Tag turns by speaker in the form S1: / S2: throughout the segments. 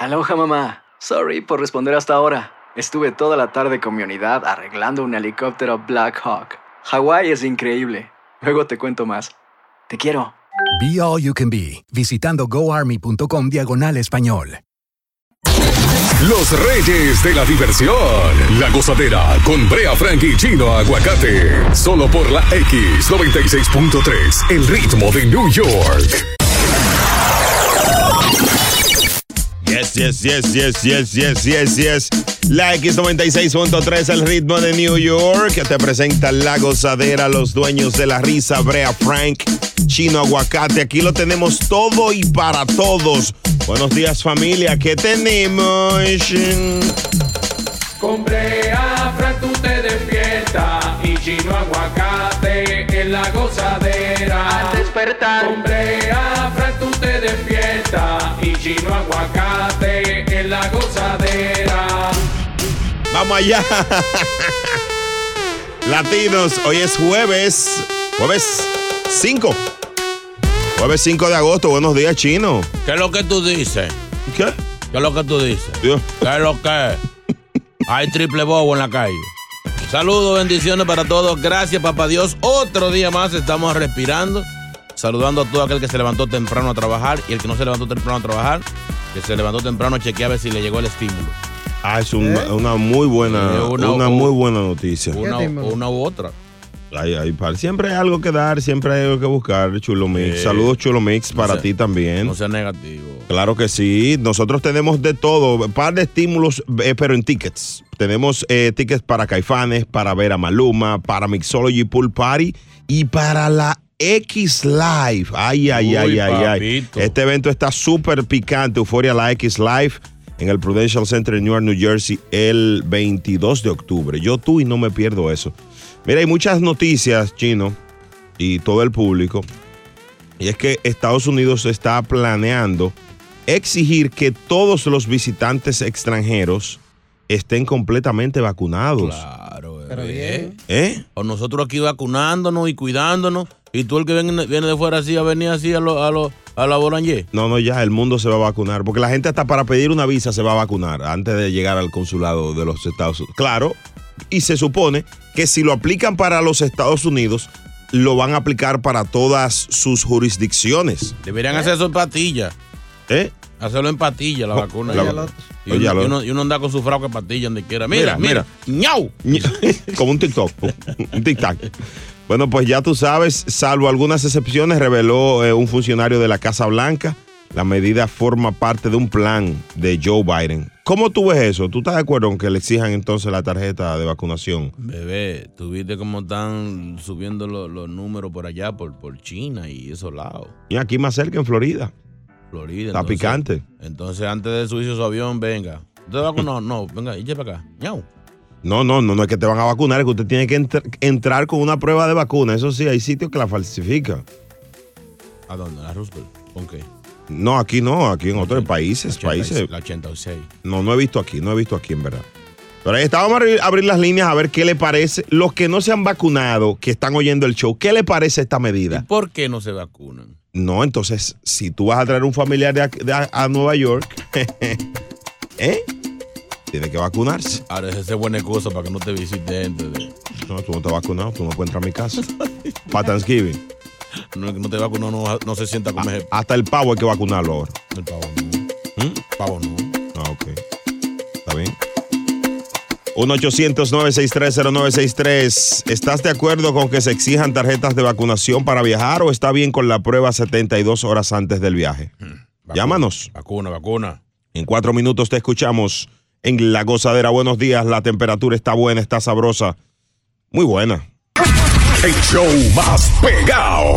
S1: Aloha mamá. Sorry por responder hasta ahora. Estuve toda la tarde con mi unidad arreglando un helicóptero Black Hawk. Hawái es increíble. Luego te cuento más. Te quiero.
S2: Be All You Can Be, visitando goarmy.com diagonal español.
S3: Los reyes de la diversión. La gozadera con Brea Frank y Chino Aguacate. Solo por la X96.3, el ritmo de New York.
S4: Yes, yes, yes, yes, yes, yes, yes, yes. La X96.3, el ritmo de New York, te presenta La Gozadera, los dueños de la risa, Brea Frank, Chino Aguacate. Aquí lo tenemos todo y para todos. Buenos días, familia. ¿Qué tenemos?
S5: Compré a Fran, tú te despiertas y chino aguacate en la gozadera. Al despertar. Compré a Fran, tú te despiertas y chino aguacate en la gozadera.
S4: Vamos allá. Latinos, hoy es jueves. Jueves 5. Jueves 5 de agosto. Buenos días, chino.
S6: ¿Qué es lo que tú dices?
S4: ¿Qué?
S6: ¿Qué es lo que tú dices? ¿Qué es lo que? Hay triple bobo en la calle. Saludos, bendiciones para todos. Gracias, papá Dios. Otro día más estamos respirando. Saludando a todo aquel que se levantó temprano a trabajar y el que no se levantó temprano a trabajar, que se levantó temprano a chequear a ver si le llegó el estímulo.
S4: Ah, es un- una muy buena,
S6: Eh, una-
S4: una, muy buena noticia.
S6: Una, una u otra.
S4: Ay, ay, par- Siempre hay algo que dar, siempre hay algo que buscar, Chulo Mix.
S6: Sí.
S4: Saludos, Chulo Mix, para ti también.
S6: No sea negativo.
S4: Claro que sí, nosotros tenemos de todo, par de estímulos, eh, pero en tickets. Tenemos eh, tickets para Caifanes, para ver a Maluma, para Mixology Pool Party y para la X Live. Ay, ay,
S6: Uy,
S4: ay, ay, ay.
S6: papito.
S4: Este evento está súper picante, Euforia la X Live en el Prudential Center en Newark, New Jersey, el 22 de octubre. Yo tú y no me pierdo eso. Mira, hay muchas noticias, Chino, y todo el público. Y es que Estados Unidos está planeando exigir que todos los visitantes extranjeros estén completamente vacunados.
S6: Pero bien.
S4: ¿Eh?
S6: O nosotros aquí vacunándonos y cuidándonos. Y tú el que viene, viene de fuera así a venir así a, lo- a, lo- a la Boulanger.
S4: No, no, ya el mundo se va a vacunar. Porque la gente hasta para pedir una visa se va a vacunar antes de llegar al consulado de los Estados Unidos. Claro, y se supone que si lo aplican para los Estados Unidos, lo van a aplicar para todas sus jurisdicciones.
S6: Deberían hacer eso en patilla.
S4: ¿Eh?
S6: Hacerlo en patilla la vacuna.
S4: la-
S6: Ya. y, uno,
S4: Oye, ya lo-
S6: y uno- y uno anda con su fraude que patilla donde quiera. Mira, mira.
S4: Mira,
S6: ¡Ñau!
S4: Como un TikTok. Un tic-tac. Bueno, pues ya tú sabes, salvo algunas excepciones, reveló eh, un funcionario de la Casa Blanca, la medida forma parte de un plan de Joe Biden. ¿Cómo tú ves eso? ¿Tú estás de acuerdo con que le exijan entonces la tarjeta de vacunación?
S6: Bebé, tú viste cómo están subiendo lo- los números por allá, por, por China y esos lados.
S4: Y aquí más cerca, en Florida.
S6: Florida.
S4: Está
S6: entonces-
S4: picante.
S6: Entonces, antes de subirse a su avión, venga. ¿Usted vacunó? No, venga, eche para acá. ¡Ñau!
S4: No, no, no, no es que te van a vacunar, es que usted tiene que entr- entrar con una prueba de vacuna. Eso sí, hay sitios que la falsifican.
S6: ¿A dónde? ¿A Roosevelt? ¿Con qué?
S4: No, aquí no, aquí en otros países, países.
S6: La 86.
S4: No, no he visto aquí, no he visto aquí en verdad. Pero ahí está, vamos a abrir, abrir las líneas a ver qué le parece. Los que no se han vacunado, que están oyendo el show, ¿qué le parece esta medida?
S6: ¿Por qué no se vacunan?
S4: No, entonces, si tú vas a traer un familiar de, ac- de a, a Nueva York, ¿eh? Tiene que vacunarse.
S6: Ahora, esa es buena excusa para que no te visiten. bebé.
S4: No, tú no te has vacunado, tú no puedes entrar a mi casa. Para Thanksgiving.
S6: No, que no te vacunan, no, no se sienta a comer
S4: Hasta el pavo hay que vacunarlo ahora. ¿Mm?
S6: el pavo. No. Pavo no.
S4: Ah, ok. ¿Está bien? 1-800-963-0963. ¿Estás de acuerdo con que se exijan tarjetas de vacunación para viajar o está bien con la prueba 72 horas antes del viaje? Llámanos.
S6: Hmm. Vacuna, vacuna.
S4: En cuatro minutos te escuchamos en La Gozadera. Buenos días. La temperatura está buena, está sabrosa. Muy buena.
S3: El show más pegado.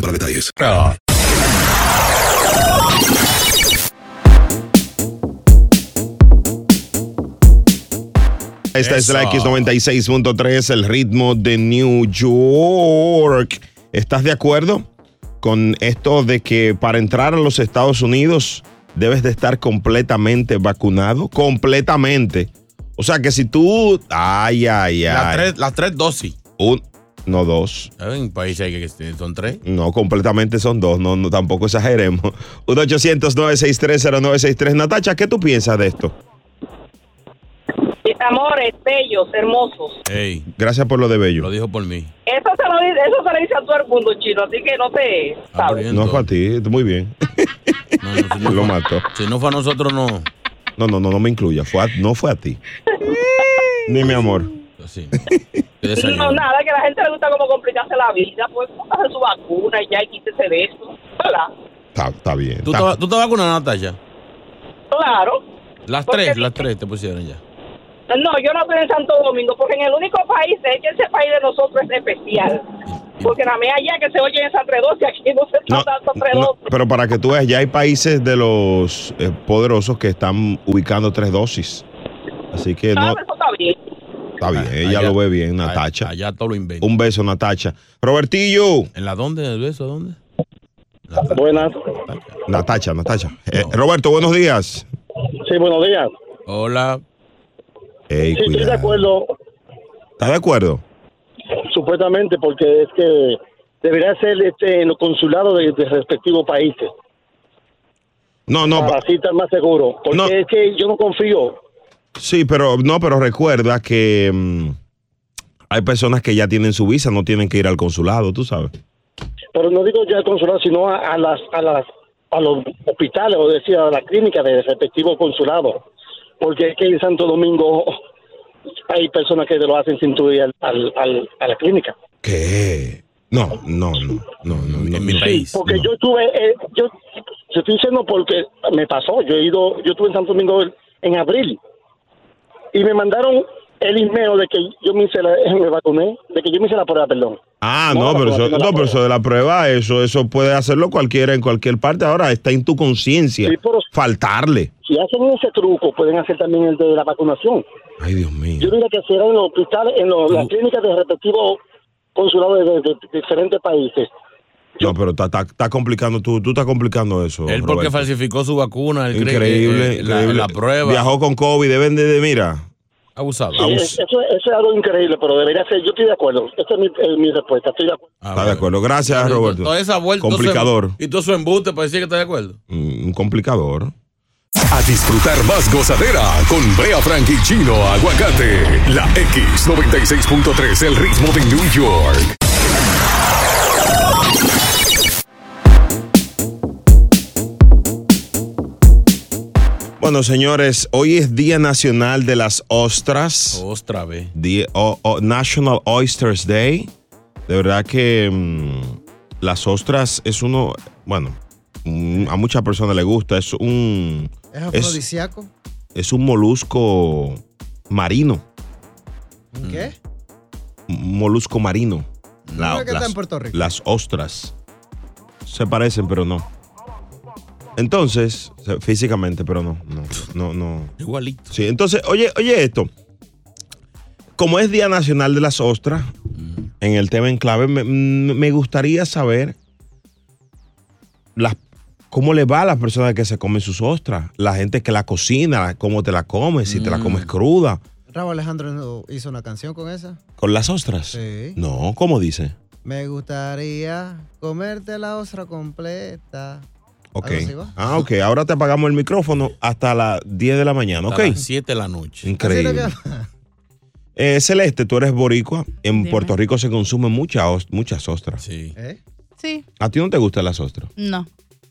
S7: para detalles.
S4: Esta es la
S7: Eso.
S4: X96.3, el ritmo de New York. ¿Estás de acuerdo con esto de que para entrar a los Estados Unidos debes de estar completamente vacunado? Completamente. O sea que si tú... Ay, ay, ay.
S6: Las tres, las tres dosis.
S4: Un, no dos.
S6: En países hay que son tres.
S4: No, completamente son dos, no, no, tampoco exageremos. 1-800-963-0963. Natacha, ¿qué tú piensas de esto?
S8: Amores, bellos, hermosos.
S4: Gracias por lo de Bello.
S6: Lo dijo por mí.
S8: Eso se, lo, di- eso se le dice a todo el mundo chino, así que no te sabes.
S4: No fue a ti, muy bien. lo mató.
S6: Si no fue a nosotros, no.
S4: No, no, no, no me incluya. Fue a- no fue a ti. Ni mi amor.
S8: No, nada, que a la gente le gusta como complicarse la vida, pues póngase su vacuna y ya y quítese de eso. ¿Verdad?
S4: Está, está bien.
S6: ¿Tú, te, ¿Tú te vacunas, Natalia?
S8: Claro.
S6: Las
S8: Porque
S6: tres,
S8: sí.
S6: las tres te pusieron ya.
S8: No, yo no estoy en Santo Domingo, porque en el único país es que ese país de nosotros es especial. Porque nada más allá que se oye esa tredosis, aquí no se está dando tredosis.
S4: No, pero para que tú veas, ya hay países de los eh, poderosos que están ubicando tres dosis. Así que Eh,
S1: Ah,
S4: no.
S1: pues,
S8: Eso está bien.
S4: Está bien, ella lo ve bien, Natacha.
S6: Allá todo lo inventa.
S4: Un beso, Natacha. Robertillo.
S6: ¿En la dónde? ¿En el beso? ¿Dónde?
S9: Buenas.
S4: Natacha, Natacha. Eh, Roberto, buenos días.
S9: Sí, buenos días.
S6: Hola.
S4: Ey,
S9: Sí, estoy de
S4: cuidado.
S9: acuerdo,
S4: ¿Estás de acuerdo?
S9: supuestamente, porque es que debería ser este, en los consulados de, de respectivos países.
S4: No, no.
S9: Para así estar más seguro. Porque es que yo no confío.
S4: Sí, pero no, pero recuerda que mm, hay personas que ya tienen su visa, no tienen que ir al consulado, tú sabes.
S9: Pero no digo ya al consulado, sino a, a las a las a los hospitales o decía a la clínica de respectivos consulados. Porque es que en Santo Domingo hay personas que lo hacen sin tu ir al- al- al- a la clínica.
S4: ¿Qué? No, no, no, no, no. en mi
S9: Sí, porque yo estuve, eh, yo se estoy diciendo porque me pasó, yo he ido, yo estuve en Santo Domingo el- en abril y me mandaron el email de que yo me hice la, eh, me vacuné, de que yo me hice la prueba, perdón.
S4: Ah, no, pero, eso, no, pero eso de la prueba, eso, eso puede hacerlo cualquiera en cualquier parte. Ahora está en tu conciencia. Faltarle.
S9: Si hacen ese truco, pueden hacer también el de la vacunación.
S4: Ay, Dios mío. Uh.
S9: Yo diría que si era en los hospitales, en los- las clínicas de respectivos consulados de, de- de diferentes países.
S4: No, pero está, está- está complicando, tú, tú estás complicando eso.
S6: Él porque
S4: Roberto.
S6: falsificó su vacuna. Él cree que,
S4: increíble,
S6: eh, la-
S4: increíble.
S6: La, prueba.
S4: Viajó con COVID, deben de, de- mira.
S6: Abusado.
S9: Sí, es- Eh, eso, eso es algo increíble, pero debería ser, yo estoy de acuerdo. Esa es mi, eh, mi respuesta, estoy de acuerdo.
S4: Está de acuerdo. Gracias, Roberto.
S6: Toda esa vuelta. todo su- em-
S4: Complicador.
S6: Y todo su embuste para decir que está de acuerdo.
S4: Mm, Un complicador.
S3: A disfrutar más gozadera con Brea Frank y Chino Aguacate. La X96.3, el ritmo de New York.
S4: Bueno, señores, hoy es Día Nacional de las Ostras.
S6: Ostra, ve.
S4: Día- o- o- National Oysters Day. De verdad que mm, las ostras es uno, bueno, mm, a muchas personas les gusta. Es un,
S10: Es
S4: Es-
S10: afrodisíaco.
S4: es un molusco marino.
S10: ¿Qué?
S4: Mm. Un molusco marino. La-
S10: Creo que está en Puerto Rico.
S4: las ostras. Se parecen, pero no. Entonces, se- físicamente, pero no. No, no, no.
S6: Igualito.
S4: Sí, entonces, oye, oye esto. Como es Día Nacional de las Ostras, en el tema en clave, me, mm, me gustaría saber las, cómo le va a las personas que se comen sus ostras, la gente que la cocina, cómo te la comes, si te la comes cruda,
S10: Raúl Alejandro no- hizo una canción con esa.
S4: con las ostras.
S10: Sí.
S4: No, ¿cómo dice?
S10: Me gustaría comerte la ostra completa.
S4: Ok.
S10: Algo así va.
S4: Ah, ok. Ahora te apagamos el micrófono hasta las 10 de la mañana,
S6: Hasta
S4: ok.
S6: las 7 de la noche.
S4: Increíble. Eh, Celeste, tú eres boricua. En
S11: Dime.
S4: Puerto Rico se consumen muchas, os- muchas ostras.
S6: Sí.
S11: Sí,
S4: ¿A ti no te gustan las ostras?
S11: no,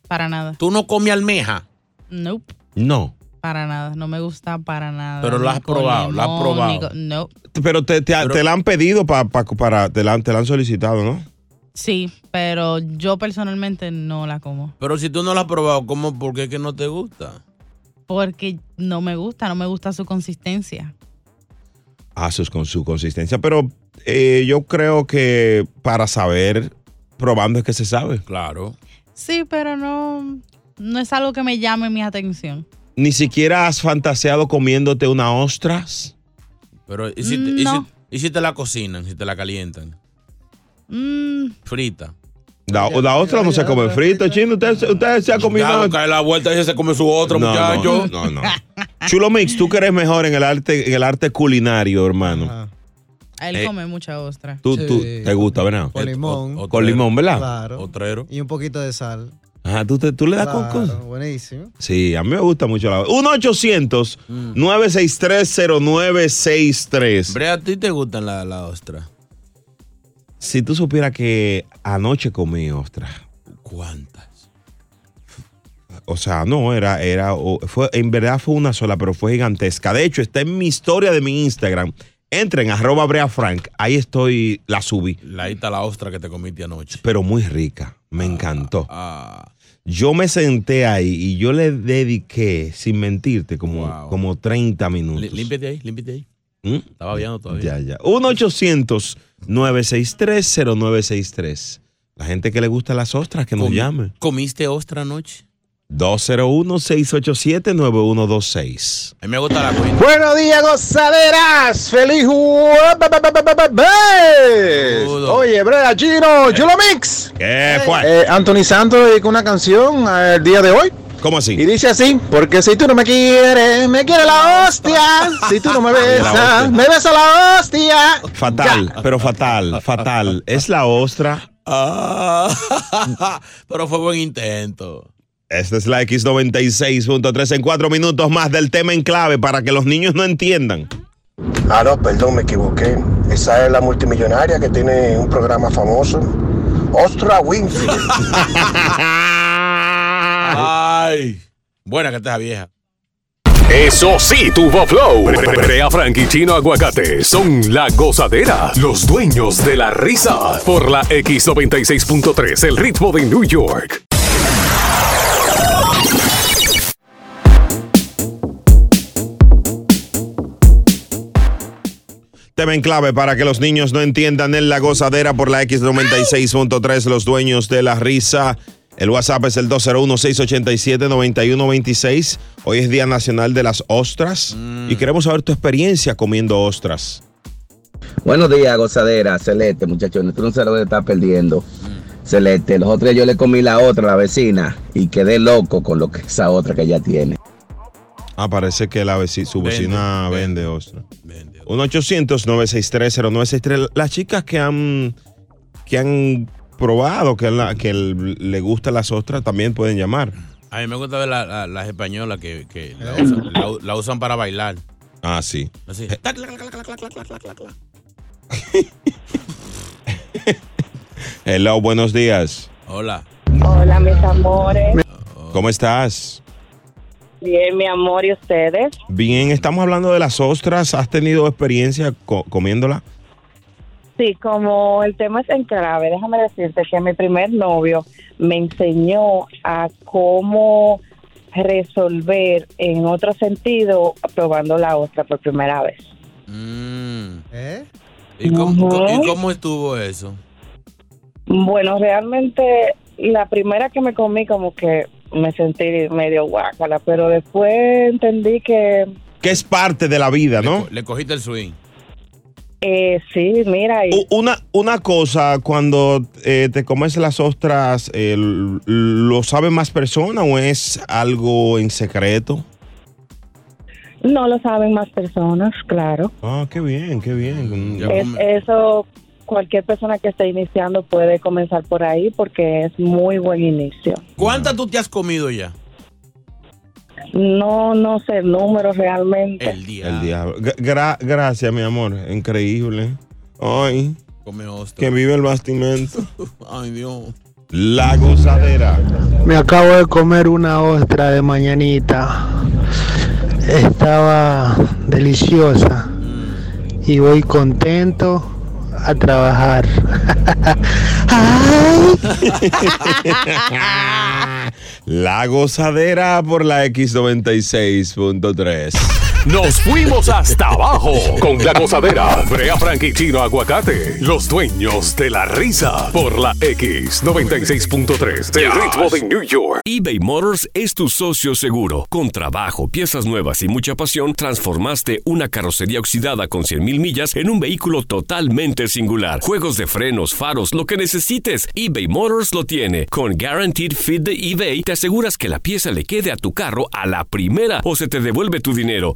S11: para nada.
S6: ¿Tú no comes almeja?
S11: Nope,
S4: No.
S11: para nada. No me gusta para nada.
S4: Pero lo
S11: Ni
S4: has
S11: con
S4: probado, lo has
S11: limón,
S4: probado.
S11: ni con- No,
S4: Pero te, te- te la han pedido pa- pa- para. Te la, te la han solicitado, ¿no?
S11: sí, pero yo personalmente no la como.
S6: Pero si tú no la has probado, ¿cómo? ¿Por qué es que no te gusta?
S11: Porque no me gusta, no me gusta su consistencia.
S4: Ah, sus- con su consistencia. Pero eh, yo creo que para saber, probando es que se sabe.
S6: Claro.
S11: Sí, pero no, no es algo que me llame mi atención.
S4: Ni siquiera has fantaseado comiéndote una ostras.
S6: Pero, ¿y si, te- y
S11: No.
S6: si- y si te la cocinan? ¿Si te la calientan?
S11: Mm,
S6: Frita.
S4: La, la ostra no se come frita, chino. Usted, usted se ha comido.
S6: Claro, cae la vuelta y se come su otro,
S4: No,
S6: muchacho.
S4: no, Chulo Mix, tú que eres mejor en el arte, en el arte culinario, hermano.
S11: a él
S4: Eh,
S11: come mucha ostra.
S4: Tú, tú, te gusta, ¿verdad?
S10: Con limón.
S4: Con limón, ¿verdad?
S10: Claro.
S6: Otrero.
S10: Y un poquito de sal.
S4: Ajá, tú, te- tú le das con
S10: Claro,
S4: cosas.
S10: Buenísimo.
S4: Sí, a mí me gusta mucho la. 1-800-963-0963.
S6: Brea, ¿a ti te gustan las la ostras?
S4: Si tú supieras que anoche comí ostras.
S6: ¿Cuántas?
S4: O sea, no, era, era, o- fue, en verdad fue una sola, pero fue gigantesca. De hecho, está en mi historia de mi Instagram. Entren, arroba Brea Frank. Ahí estoy, la subí.
S6: La hita la ostra que te comiste anoche.
S4: pero muy rica. Me encantó. Yo me senté ahí y yo le dediqué, sin mentirte, como, como 30
S6: Lí-
S4: minutos.
S6: Límpiate ahí, límpiate ahí.
S4: ¿Mm?
S6: Estaba viendo todavía.
S4: Ya, ya. 1-800-963-0963. La gente que le gusta las ostras, que nos llame.
S6: ¿Comiste ostra anoche?
S4: 201-687-9126.
S6: A mí me gusta la cuenta.
S12: Buenos días, gozaderas. Feliz jueves. Oye, Brea Gino,
S4: Eh,
S12: Chulo Mix.
S4: ¿Qué fue?
S12: Eh, Anthony Santos dedicó una canción el día de hoy.
S4: ¿Cómo así?
S12: Y dice así, porque si tú no me quieres, me quiere la hostia. Si tú no me besas, me besa la hostia.
S4: Fatal, pero fatal, fatal. Es la ostra.
S6: Ah, pero fue buen intento.
S4: Esta es la X96.3 en cuatro minutos más del tema en clave para que los niños no entiendan.
S13: Ah, no, perdón, me equivoqué. Esa es la multimillonaria que tiene un programa famoso. Ostra Winfield.
S6: Ay, buena que estás vieja.
S3: Eso sí, tuvo flow. Brea Frank y Chino Aguacate son la gozadera, los dueños de la risa. Por la X96.3, el ritmo de New York.
S4: Tema en clave para que los niños no entiendan en la gozadera por la X96.3, los dueños de la risa. El WhatsApp es el 201-687-9126. Hoy es Día Nacional de las Ostras y queremos saber tu experiencia comiendo ostras.
S14: Buenos días, gozadera, Celeste, muchachones. Tú no sabes lo que te estás perdiendo. Celeste, los otros días yo le comí la otra, a la vecina, y quedé loco con lo que esa otra que ella tiene.
S4: Ah, parece que la veci- su
S6: Vende,
S4: vecina vende, ostra. 1-800-963-0963. Las chicas que han, que han probado que, la- que el- le gustan las ostras también pueden llamar.
S6: A mí me gusta ver la- la- las españolas que, que la, usan, la u- la usan para bailar.
S4: Ah, sí.
S6: Así.
S4: Hello, buenos días.
S6: Hola.
S15: Hola, mis amores.
S4: ¿Cómo estás?
S15: Bien, mi amor, ¿y ustedes?
S4: Bien, estamos hablando de las ostras. ¿Has tenido experiencia co- comiéndola?
S15: Sí, como el tema es en clave, déjame decirte que mi primer novio me enseñó a cómo resolver en otro sentido probando la ostra por primera vez.
S6: ¿Y cómo,
S15: Ujú.
S6: y cómo estuvo eso?
S15: Bueno, realmente la primera que me comí como que me sentí medio guácala, pero después entendí que
S4: Que es parte de la vida, ¿no?
S6: Le cogiste el swing.
S15: eh, sí, mira, y
S4: U- Una, una cosa, cuando eh, te comes las ostras, eh, l- ¿lo sabe más persona o es algo en secreto?
S15: no lo saben más personas, claro.
S4: Ah, qué bien, qué bien. Mm.
S15: Es- eso cualquier persona que esté iniciando puede comenzar por ahí porque es muy buen inicio.
S4: Ah.
S6: ¿Cuántas tú te has comido ya?
S15: No, no sé el número realmente.
S6: El día.
S4: El diablo. Gra- gra- gracias, mi amor. Increíble. Ay,
S6: Come ostra.
S4: que vive el bastimento.
S6: Ay, Dios.
S4: La gozadera.
S12: Me acabo de comer una ostra de mañanita. Estaba deliciosa. Y voy contento a trabajar.
S4: La gozadera por la X96.3.
S3: Nos fuimos hasta abajo Oh, con la gozadera. Brea Frank y Chino Aguacate, los dueños de la risa por la X96.3. El ritmo de New York.
S16: eBay Motors es tu socio seguro. Con trabajo, piezas nuevas y mucha pasión, transformaste una carrocería oxidada con 100.000 millas en un vehículo totalmente singular. Juegos de frenos, faros, lo que necesites, eBay Motors lo tiene. Con Guaranteed Fit de eBay, te aseguras que la pieza le quede a tu carro a la primera o se te devuelve tu dinero.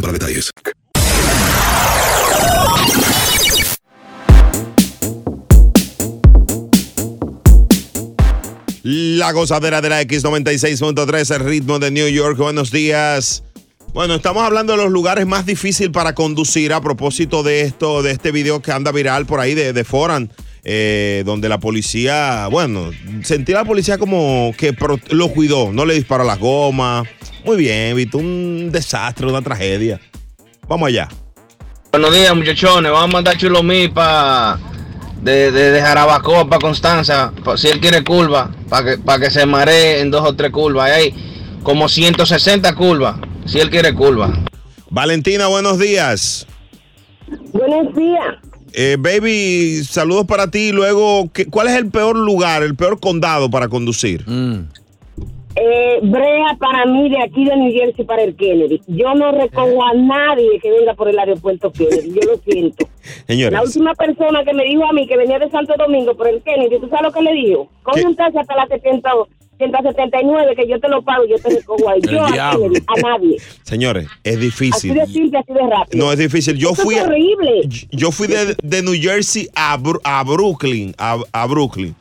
S7: para detalles.
S4: La gozadera de la X96.3, el ritmo de New York. Buenos días. Bueno, estamos hablando de los lugares más difíciles para conducir a propósito de esto, de este video que anda viral por ahí de, de Foran, eh, donde la policía, bueno, sentí a la policía como que pro- lo cuidó, no le disparó las gomas. Muy bien, evitó un desastre, una tragedia. Vamos allá.
S17: Buenos días, muchachones. Vamos a mandar Chulomí para de, de, de Jarabacoa para Constanza, pa- si él quiere curva, para que, pa' que se maree en dos o tres curvas. Ahí hay como 160 curvas, si él quiere curva.
S4: Valentina, buenos días.
S8: Buenos días.
S4: Eh, baby, saludos para ti. Luego, ¿qué- ¿cuál es el peor lugar, el peor condado para conducir?
S1: Eh, Brea para mí de aquí de New Jersey para el Kennedy. Yo no recojo a nadie que venga por el aeropuerto Kennedy. Yo lo siento. La
S4: Señores,
S1: última persona que me dijo a mí que venía de Santo Domingo por el Kennedy, ¿tú sabes lo que le dijo? Coge un taxi hasta la 70, 179 que yo te lo pago y yo te recojo ahí.
S4: El
S1: Yo a
S4: diablo.
S1: Kennedy, a nadie.
S4: señores, es
S1: Así
S4: difícil.
S1: de simple, así de rápido.
S4: No, es difícil. Yo
S1: Esto
S4: fui,
S1: es
S4: a-
S1: horrible.
S4: yo fui de, de New Jersey a, Bru- a Brooklyn, a, a Brooklyn.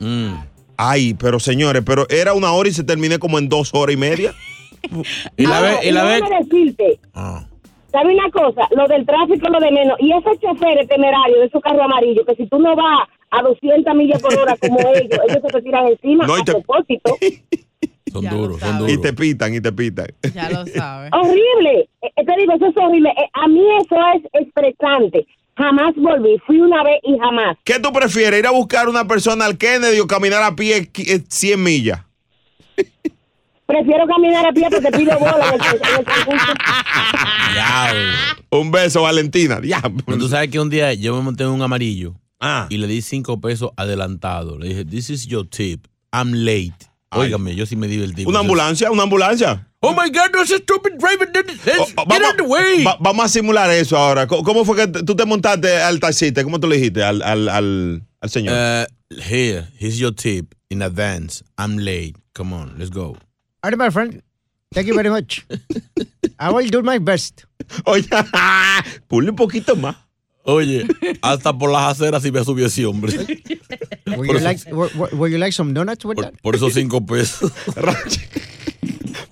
S4: Ay, pero señores, pero era una hora y se terminé como en dos horas y media.
S1: Ahora, déjame decirte,
S4: Ah.
S1: ¿sabe una cosa? Lo del tráfico es lo de menos. Y esos choferes temerarios de esos carros amarillos, que si tú no vas a 200 millas por hora como ellos, ellos se te tiran encima
S4: No, y
S1: a
S4: te-
S1: propósito.
S4: Son duros, son duros. Y te pitan, y te pitan.
S1: Ya lo sabes. Horrible. Eh, eh, te digo, eso es horrible. Eh, a mí eso es estresante. Jamás volví. Fui una vez y jamás.
S4: ¿Qué tú prefieres, ir a buscar una persona al Kennedy o caminar a pie qui- eh, 100 millas?
S1: Prefiero caminar a pie porque pido bola. en el- en el- en el-
S4: Un beso, Valentina.
S6: Tú sabes que un día yo me monté en un amarillo
S4: Ah.
S6: y le di cinco pesos adelantado. Le dije, this is your tip. I'm late. Óigame, yo sí me divertí.
S4: Una ambulancia, una ambulancia. Oh,
S6: Oh my God, no ese stupid driver did this.
S4: vamos, va- vamos a simular eso ahora. Co- ¿Cómo fue que t- tú te montaste al taxista? ¿Cómo tú le dijiste al, al, al, al señor?
S6: Eh, here, here's your tip in advance. I'm late. Come on, let's go.
S10: All right, my friend. Thank you very much. I will do my best.
S4: Oye, ponle un poquito más.
S6: Oye, hasta por las aceras sí me subió ese hombre.
S10: Would
S6: Por
S10: you
S6: eso-
S10: like, would, would- would you like some donuts with that?
S6: Por esos cinco pesos.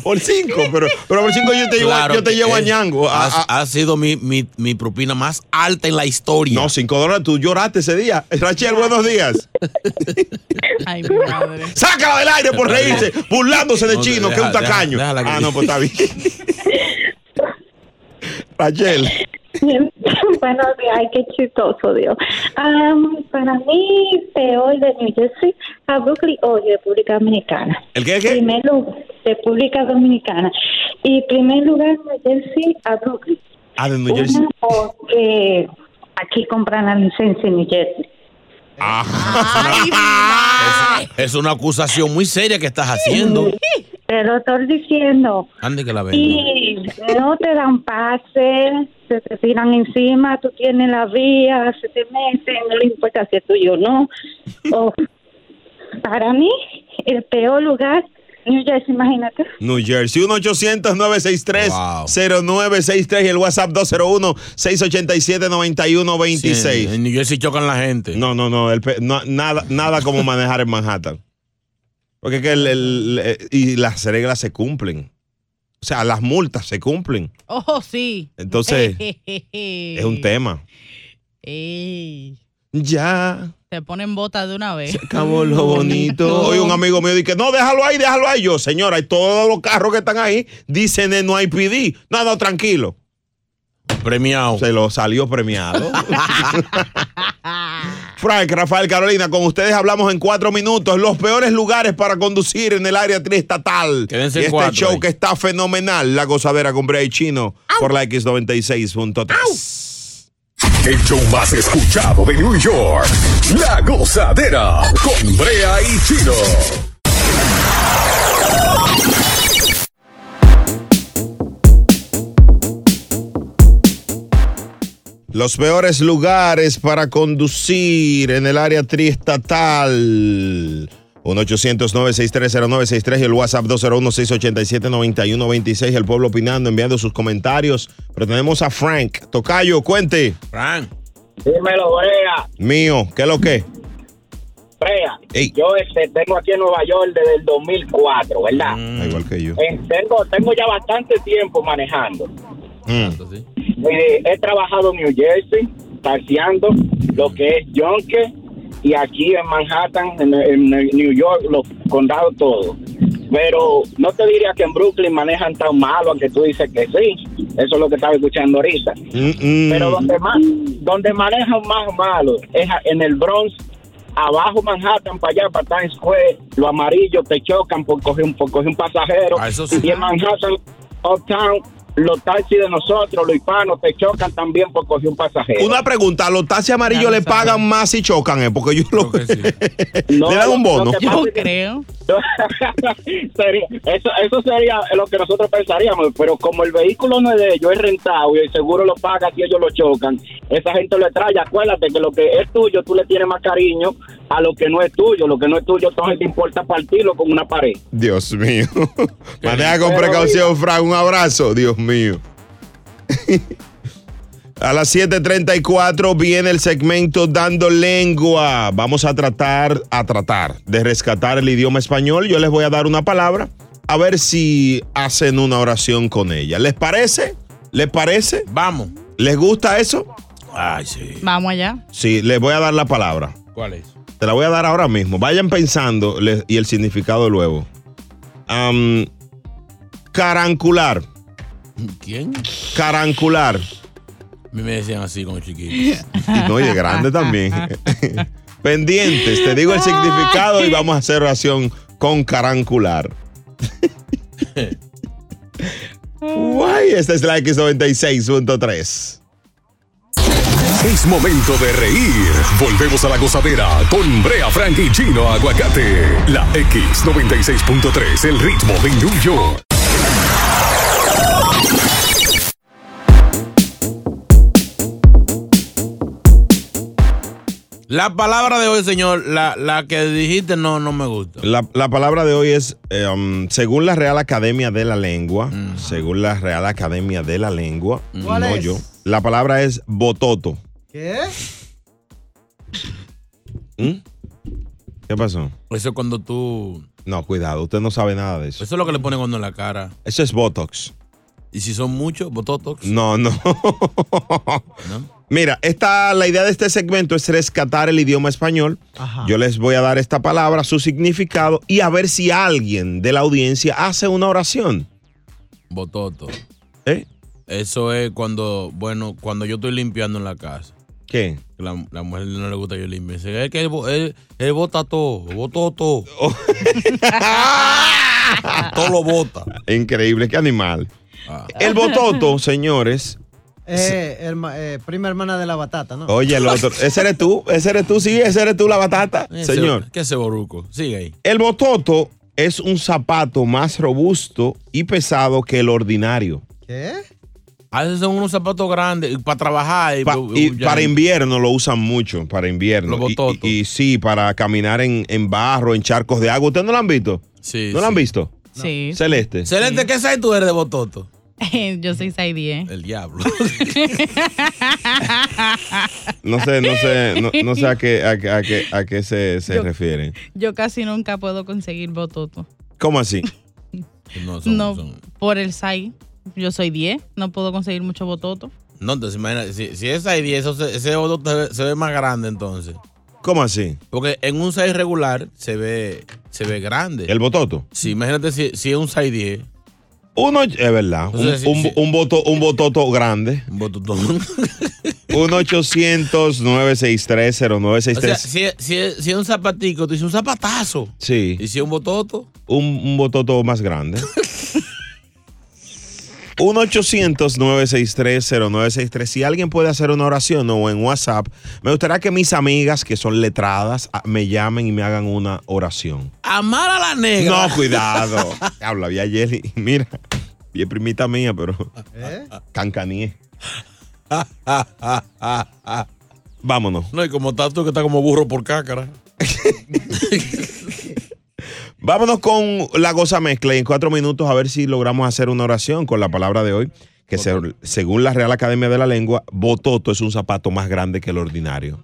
S4: Por cinco, pero, pero por cinco yo te llevo,
S6: Claro
S4: yo te
S6: que
S4: llevo a
S6: es.
S4: Ñango. a-
S6: Ha,
S4: a-
S6: ha sido mi, mi- mi propina más alta en la historia.
S4: no, cinco dólares, tú lloraste ese día. Eh, Rachel, buenos días.
S11: Ay, mi madre.
S4: Sácala del aire por reírse, burlándose de
S6: No,
S4: chino, que
S6: deja-
S4: es un tacaño.
S6: deja- déjala que-
S4: ah, no, pues está bien. Rachel.
S2: bueno, ay, qué chistoso, Dios. Am, para mí, peor de New Jersey a Brooklyn o República Dominicana.
S4: ¿El qué, el qué?
S2: Primer lugar, República Dominicana. Y primer lugar, New Jersey a Brooklyn.
S4: Ah, de New Jersey.
S2: Una, porque aquí compran la licencia en New Jersey.
S6: Ah. Es, es una acusación muy seria que estás haciendo.
S2: Te lo estoy diciendo.
S6: Ande que la venga.
S2: Y no te dan pase, se te tiran encima, tú tienes la vía, se te meten, no le importa si es tuyo o no. O, para mí, el peor lugar, New Jersey, imagínate.
S4: New Jersey, 1-800-963-0963 y el WhatsApp 201-687-9126. en
S6: New Jersey chocan la gente.
S4: No, no, no, el pe- no, nada, nada como manejar en Manhattan. Porque es que el- el- eh, y las reglas se cumplen. O sea, las multas se cumplen.
S11: Ojo, Oh, sí.
S4: Entonces,
S11: es
S4: Es un tema. Ya.
S11: Te ponen botas de una vez. Se
S4: acabó lo bonito. Hoy un amigo mío dice, no, déjalo ahí, déjalo ahí. Yo, señora, y todos los carros que están ahí dicen eh, no hay PD. No, no, tranquilo.
S6: Premiado.
S4: Se lo salió premiado. Frank, Rafael, Carolina, con ustedes hablamos en cuatro minutos. Los peores lugares para conducir en el área triestatal.
S6: Quédense
S4: y
S6: en
S4: este
S6: cuatro
S4: show
S6: ahí.
S4: que está fenomenal. La gozadera con Brea y Chino por la X96.3.
S3: El show más escuchado de New York. La gozadera con Brea y Chino.
S4: Los peores lugares para conducir en el área triestatal. 1-800-963-0963 y el WhatsApp 201-687-9126. El pueblo opinando, enviando sus comentarios. Pero tenemos a Frank. Tocayo, cuente.
S6: Frank.
S18: Dímelo, Brea.
S4: Mío, ¿qué es lo que?
S18: Brea, yo este, tengo aquí en Nueva York desde el 2004, ¿verdad?
S4: Igual que yo.
S18: Eh, tengo, tengo ya bastante tiempo manejando.
S4: Mm.
S18: Mire, he trabajado en New Jersey, taxiando lo que es Yonke y aquí en Manhattan, en, en New York, los condados todos. Pero no te diría que en Brooklyn manejan tan malo, aunque tú dices que sí. Eso es lo que estaba escuchando ahorita. Pero donde más, donde manejan más malo es a- en el Bronx, abajo Manhattan, para allá, para Times Square, los amarillos te chocan por coger un, por coger un pasajero.
S6: Ah, eso sí.
S18: Y en Manhattan, Uptown, los taxis de nosotros, los hispanos, te chocan también por coger un pasajero.
S4: Una pregunta, ¿a los taxis amarillos le pagan más si chocan? eh? Porque yo lo... le dan un bono.
S18: lo que pasa es que-
S11: creo.
S18: Sería- eso, eso sería lo que nosotros pensaríamos, pero como el vehículo no es de ellos, es rentado y el seguro lo paga si ellos lo chocan, esa gente lo trae. Acuérdate que lo que es tuyo, tú le tienes más cariño a lo que no es tuyo. Lo que no es tuyo, entonces te importa partirlo con una pared.
S4: Dios mío. Maneja con precaución, Frank. Un abrazo. Dios mío. A las 7:34 viene el segmento Dando Lengua. Vamos a tratar, a tratar de rescatar el idioma español. Yo les voy a dar una palabra a ver si hacen una oración con ella. ¿Les parece? ¿Les parece?
S6: Vamos.
S4: ¿Les gusta eso?
S6: Ay, sí.
S11: Vamos allá.
S4: Sí, les voy a dar la palabra.
S6: ¿Cuál es?
S4: Te la voy a dar ahora mismo. Vayan pensando le- y el significado luego. Am, carancular.
S6: ¿Quién?
S4: Carancular.
S6: A mí me decían así con chiquitos.
S4: Y no, y de grande también. Pendientes, te digo el significado y vamos a hacer oración con carancular. Guay, esta es la X96.3.
S3: Es momento de reír. Volvemos a la gozadera con Brea Frank y Chino Aguacate. La X96.3, el ritmo de New York.
S6: La palabra de hoy, señor, la, la que dijiste no, no me gusta.
S4: La, la palabra de hoy es, eh, um, según la Real Academia de la Lengua, según la Real Academia de la Lengua,
S10: ¿Cuál
S4: no
S10: es?
S4: yo, la palabra es bototo.
S10: ¿Qué?
S4: ¿Qué pasó?
S6: Eso es cuando tú.
S4: No, cuidado, usted no sabe nada de eso.
S6: Eso es lo que le ponen cuando en la cara.
S4: Eso es botox.
S6: Y si son muchos, bototox.
S4: No, no. Mira, esta, la idea de este segmento es rescatar el idioma español. Yo les voy a dar esta palabra, su significado y a ver si alguien de la audiencia hace una oración.
S6: Bototo.
S4: ¿Eh?
S6: Eso es cuando, bueno, cuando yo estoy limpiando en la casa.
S4: ¿Qué?
S6: La, la mujer no le gusta que yo limpie. Dice, es que él, bo- él- él bota todo, botó todo.
S4: Oh,
S6: todo lo bota. Ah.
S4: Increíble, qué animal. El bototo, señores.
S10: Eh, herma- eh, prima hermana de la batata, ¿no?
S4: Oye, el otro. Ese eres tú, ese eres tú, sí, ese eres tú, la batata,
S6: Ese-
S4: señor.
S6: ¿Qué ese boruco? Sigue ahí.
S4: El bototo es un zapato más robusto y pesado que el ordinario.
S10: ¿Qué?
S6: A veces son unos zapatos grandes y para trabajar. Y,
S4: Pa-
S6: y-
S4: y
S6: ya-
S4: para invierno lo usan mucho, para invierno. Y- Y, y sí, para caminar en, en barro, en charcos de agua. ¿Ustedes no lo han visto?
S6: Sí.
S4: ¿No lo han visto?
S11: Sí.
S4: Celeste.
S6: Excelente, ¿qué sabes tú eres de bototo?
S11: Yo soy 6'10.
S6: El diablo.
S4: No sé, no sé, no, no sé a qué, a, qué- a qué- a qué se, se
S11: Yo-
S4: refieren.
S11: Yo casi nunca puedo conseguir bototo.
S4: ¿Cómo así?
S6: No,
S11: no, por el 6. Yo soy 10, no puedo conseguir mucho bototo.
S6: No, entonces imagínate, si, si es 6 10, eso se- ese bototo se ve, se ve más grande entonces.
S4: ¿Cómo así?
S6: Porque en un 6 regular se ve, se ve grande.
S4: ¿El bototo?
S6: Sí, imagínate si, si es un 6 10.
S4: Uno, es verdad, un,
S6: Entonces, sí,
S4: un-
S6: sí.
S4: un boto, un bototo grande.
S6: Un bototo.
S4: 1-800-963-0963.
S6: O sea, si, es- si, es- si es un zapatico, tú dices un zapatazo.
S4: sí.
S6: Y si es un bototo,
S4: un, un bototo más grande. 1-800-963-0963. Si alguien puede hacer una oración o en WhatsApp, me gustaría que mis amigas que son letradas a- me llamen y me hagan una oración.
S6: amar a la negra.
S4: No, cuidado. Habla, vi ayer y mira, vi es primita mía, pero cancaníe. Vámonos.
S6: No, y como estás tú que está como burro por cácara.
S4: Vámonos con la goza mezcla y en cuatro minutos a ver si logramos hacer una oración con la palabra de hoy, que se- según la Real Academia de la Lengua, bototo es un zapato más grande que el ordinario.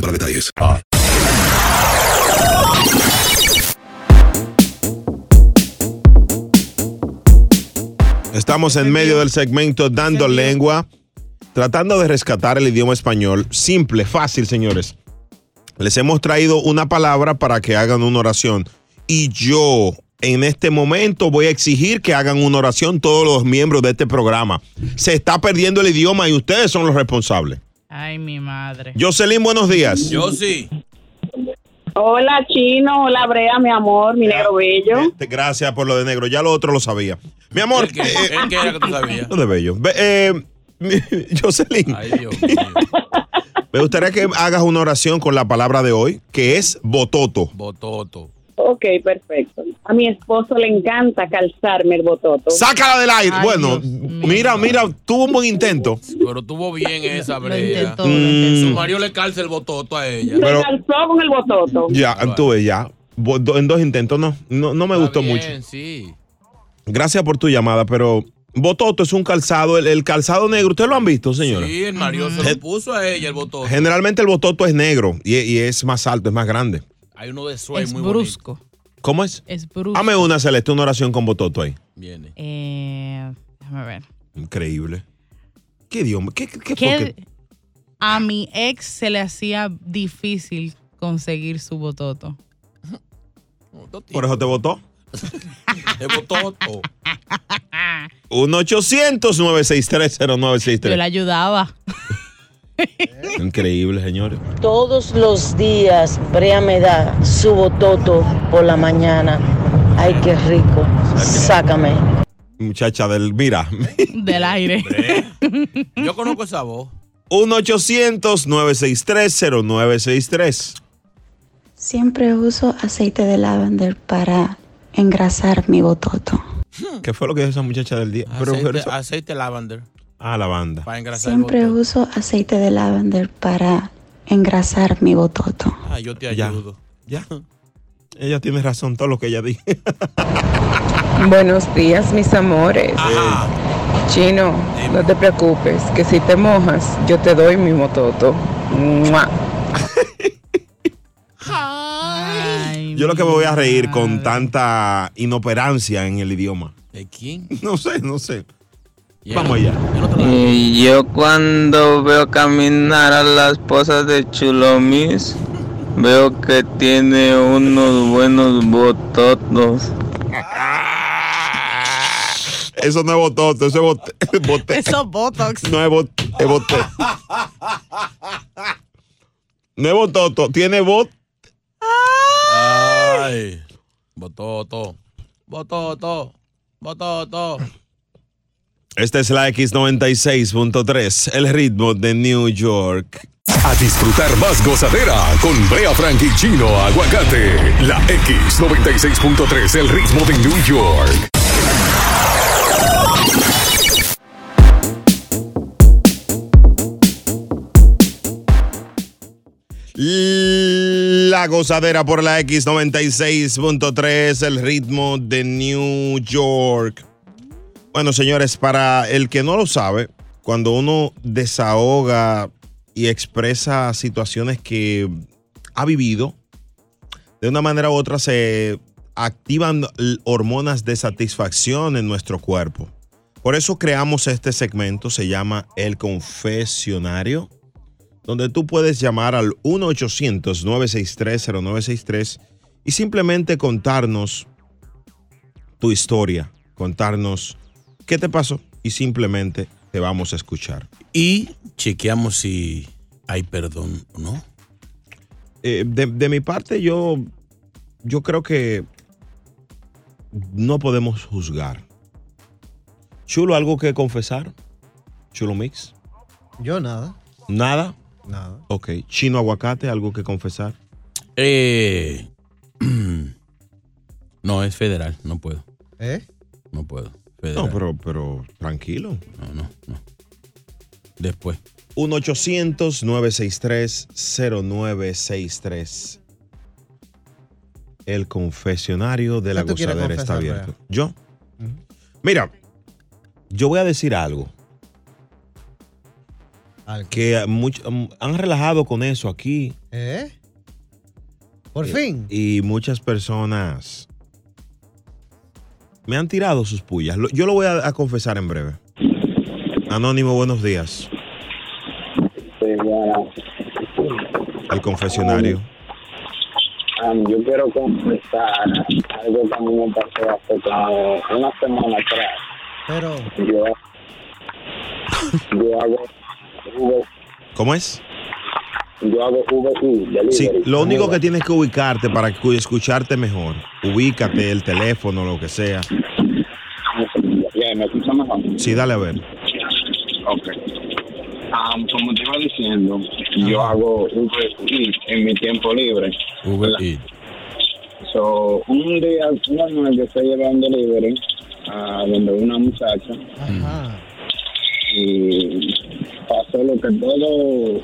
S7: para detalles.
S4: Estamos en medio del segmento Dando Lengua, tratando de rescatar el idioma español. Simple, fácil, señores. Les hemos traído una palabra para que hagan una oración. Y yo, en este momento, voy a exigir que hagan una oración todos los miembros de este programa. Se está perdiendo el idioma y ustedes son los responsables.
S11: Ay, mi madre.
S4: Jocelyn, buenos días.
S6: Yo sí.
S15: Hola, Chino. Hola, Brea, mi amor, mi negro bello.
S4: Te- Gracias por lo de negro, ya lo otro lo sabía. Mi amor, eh,
S6: ¿Qué, qué- qué era que tú sabías?
S4: Lo de bello. Ve- eh, Jocelyn. Me gustaría que hagas una oración con la palabra de hoy, que es bototo.
S6: Bototo.
S15: Ok, perfecto. A mi esposo le encanta calzarme el bototo.
S4: Sácala del aire. bueno, mira, mira, tuvo un buen intento.
S6: Pero tuvo bien esa brea.
S4: lo intentó.
S6: Su Mario le calza el bototo a ella.
S4: Pero-
S15: calzó con el bototo.
S4: Ya, tuve ya. Bo- do- En dos intentos, no. No, no me gustó mucho.
S6: Bien, sí.
S4: Gracias por tu llamada, pero bototo es un calzado, el, el calzado negro. ¿Ustedes lo han visto, señora?
S6: Sí, el Mario se lo puso a ella el bototo.
S4: Generalmente el bototo es negro y, y es más alto, es más grande.
S6: Hay uno de suave
S11: Es
S6: muy
S11: brusco.
S4: ¿Cómo es?
S11: Es brusco.
S4: Dame una, Celeste, una oración con bototo ahí.
S11: Eh, déjame ver.
S4: Increíble. ¿Qué idioma? ¿Qué, qué, qué- por
S11: Que
S4: qué?
S11: a mi ex se le hacía difícil conseguir su bototo.
S4: ¿Por eso te votó?
S6: El bototo.
S4: 1 800 963
S11: Yo le
S4: 0963
S11: ayudaba.
S4: Increíble, señores.
S9: Todos los días Brea me da su bototo por la mañana. Ay, qué rico. Sácame.
S4: Muchacha del. Mira.
S11: Del aire.
S6: Yo conozco esa voz.
S4: 1 800 963 0963
S13: Siempre uso aceite de lavender para engrasar mi bototo.
S4: ¿Qué fue lo que dijo esa muchacha del día? Pero-
S6: Hmm. Aceite,
S4: pero-
S6: aceite lavander
S4: ah, la banda.
S6: para engrasar el
S13: Siempre
S6: bototo.
S13: uso aceite de lavender para engrasar mi bototo.
S6: Ah, yo te
S4: Ya.
S6: ayudo.
S4: Ya. Ella tiene razón, todo lo que ella dijo.
S19: Buenos días, mis amores. Chino, no te preocupes, que si te mojas, yo te doy mi mototo. Mua.
S4: Yo lo que me voy a reír con tanta inoperancia en el idioma.
S6: ¿De quién?
S4: No sé, no sé. Vamos allá.
S19: Y yo cuando veo caminar a las esposas de Chulomis, veo que tiene unos buenos bototos.
S4: Eso no es bototo, eso es bote. bote-
S11: Eso botox.
S4: No es bot, es bote. No es bototo, tiene bot.
S11: Ah.
S6: Ay. Bototo. Bototo. Bototo.
S4: Esta Este es la X96.3, el ritmo de New York.
S3: A disfrutar más gozadera Ah, con Brea Frank y Chino Aguacate. La X96.3, el ritmo de New York.
S4: La La gozadera por la X96.3, el ritmo de New York. Bueno, señores, para el que no lo sabe, cuando uno desahoga y expresa situaciones que ha vivido, de una manera u otra se activan l- hormonas de satisfacción en nuestro cuerpo. Por eso creamos este segmento, se llama El Confesionario, donde tú puedes llamar al 1-800-963-0963 y simplemente contarnos tu historia, contarnos qué te pasó y simplemente te vamos a escuchar.
S6: Y chequeamos si hay perdón o no.
S4: Eh, de, de mi parte, yo, yo creo que no podemos juzgar. Chulo, ¿algo que confesar? Chulo Mix.
S10: Yo nada.
S4: ¿Nada?
S10: Nada.
S4: Ok. Chino Aguacate, ¿algo que confesar?
S6: Eh, no, es federal, no puedo.
S10: ¿Eh?
S6: No puedo.
S4: No, pero, pero tranquilo.
S6: No, no, no. Después.
S4: 1-800-963-0963. El confesionario de la
S10: ¿Qué tú quieres
S4: gozadera está
S10: confesar,
S4: abierto. ¿Yo? Mira, yo voy a decir algo. Que mucho- mm, han relajado con eso aquí.
S10: ¿Eh? Por
S4: Eh,
S10: fin.
S4: Y muchas personas me han tirado sus pullas. Lo- Yo lo voy a, a confesar en breve. Anónimo, buenos días.
S20: Pues,
S4: El confesionario.
S20: Am, yo quiero confesar algo que a mí me pasó hace como una semana atrás.
S10: Pero.
S20: Yo, yo hago Uber,
S4: ¿Cómo es?
S20: yo hago Uber Eats, delivery.
S4: Sí, lo único que
S20: Comida.
S4: tienes que ubicarte para cu- escucharte mejor. Ubícate, el teléfono, lo que sea.
S20: Ya, ¿Me escuchas mejor?
S4: Sí, dale a ver.
S20: Ok. Am, como te iba diciendo, yo hago Uber Eats en mi tiempo libre.
S6: Uber
S20: So, un día, una noche, yo estoy llevando delivery a donde una muchacha y pasó lo que todo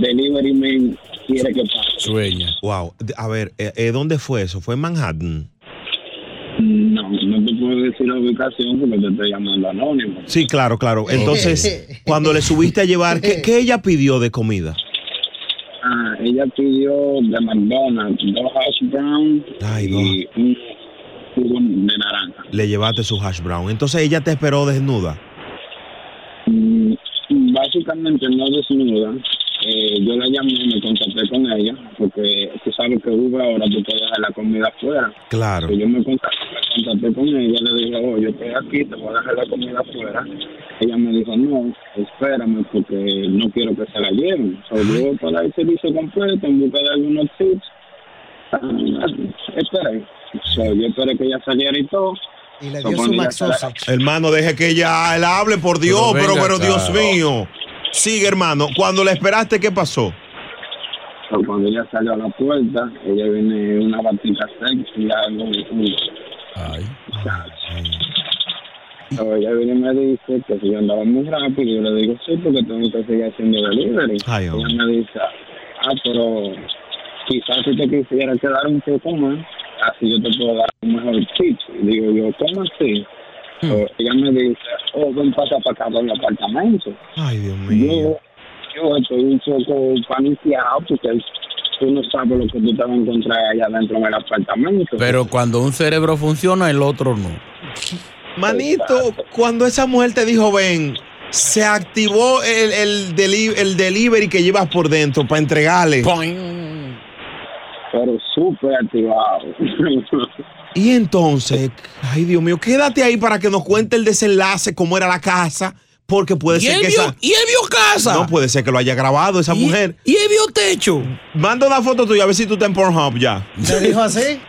S20: delivery man quiere que pase.
S6: Sueña.
S4: Wow. De- A ver, eh, eh, ¿dónde fue eso? ¿Fue en Manhattan?
S20: No, no te puedo decir la ubicación porque te estoy llamando anónimo.
S4: Sí, claro, claro. Entonces, cuando le subiste a llevar, ¿qué, qué ella pidió de comida?
S20: Ah, ella pidió de McDonald's dos hash brown y un jugo de naranja.
S4: Le llevaste su hash brown. Entonces ella te esperó desnuda.
S20: Mm, Básicamente no desnuda. Eh, yo la llamé, me contacté con ella porque tú sabes que Uber ahora tú puedes dejar la comida afuera.
S4: Claro.
S20: Pues yo me contacté, me contacté con ella, le dije, oh, yo estoy aquí, te voy a dejar la comida afuera. Ella me dijo, no, espérame porque no quiero que se la lleven. O sea, yo para el servicio completo en busca de algunos tips. Ah, Esperé. O sea, yo esperé que ella saliera y todo.
S10: Y le
S20: dio su
S4: Hermano, deje que ella él hable, por Dios,
S20: Pero
S4: pero,
S20: venga
S4: pero,
S20: acá.
S4: Dios mío. Sigue, hermano. Cuando la esperaste, ¿qué pasó?
S20: So, cuando ella salió a la puerta, ella viene una batica sexy, algo. un- So, ella viene y me dice que si yo andaba muy rápido, yo le digo sí, porque tengo que seguir haciendo delivery.
S4: Ay,
S20: ella
S4: hombre.
S20: me dice, ah, pero quizás si te quisiera quedar un poco más, así yo te puedo dar un mejor tip. Y digo yo, ¿cómo así?
S4: Hmm.
S20: So, ella me dice, oh, ven pasa para acá, para el apartamento.
S4: Ay, Dios
S20: Yo, yo estoy un poco paniqueado porque tú no sabes lo que tú te vas a encontrar allá dentro del apartamento.
S6: Pero cuando un cerebro funciona, el otro no.
S4: Manito, cuando esa mujer te dijo, ven, se activó el, el deli- el delivery que llevas por dentro para entregarle.
S20: Pero súper activado.
S4: Y entonces, ay Dios mío, quédate ahí para que nos cuente el desenlace, cómo era la casa, porque puede
S6: ¿Y
S4: ser
S6: él
S4: que
S6: vio-
S4: esa...
S6: y él vio casa?
S4: No puede ser que lo haya grabado esa mujer.
S6: ¿Y él vio techo?
S4: Manda una foto tuya a ver si tú estás en Pornhub ya.
S10: ¿Te dijo así?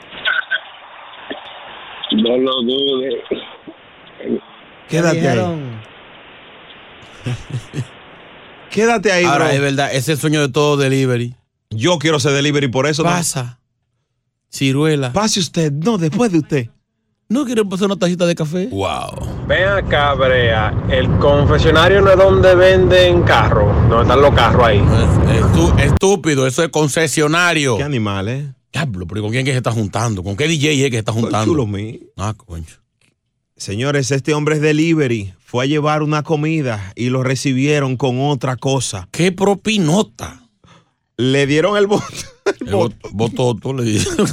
S20: No lo dudes.
S4: Quédate ahí. Quédate ahí,
S6: Ahora,
S4: bro.
S6: es verdad, ese es el sueño de todo delivery.
S4: Yo quiero ser delivery por eso.
S6: Pasa. Ciruela.
S4: Pase usted, no, después de usted.
S6: No quiero pasar una tacita de café. Wow.
S20: Ven acá, Brea. El confesionario no es donde venden carros. No están los carros ahí.
S6: Estú- estúpido, eso es concesionario.
S4: ¿Qué animal, eh?
S6: Diablo, pero ¿y ¿con quién que se está juntando? ¿Con qué DJ es que se está juntando?
S4: chulo
S6: Ah, coño.
S4: Señores, este hombre es delivery. Fue a llevar una comida y lo recibieron con otra cosa.
S6: ¡Qué propinota!
S4: Le dieron el voto.
S6: El bot- bototo le dieron.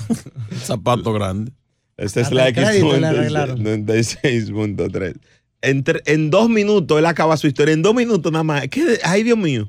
S6: Zapato grande.
S4: Esta es la
S6: Hasta el crédito le arreglaron.
S4: X96.3. 96.3. Entre- En dos minutos él acaba su historia. En dos minutos nada más. ¿Qué? Ay, Dios mío.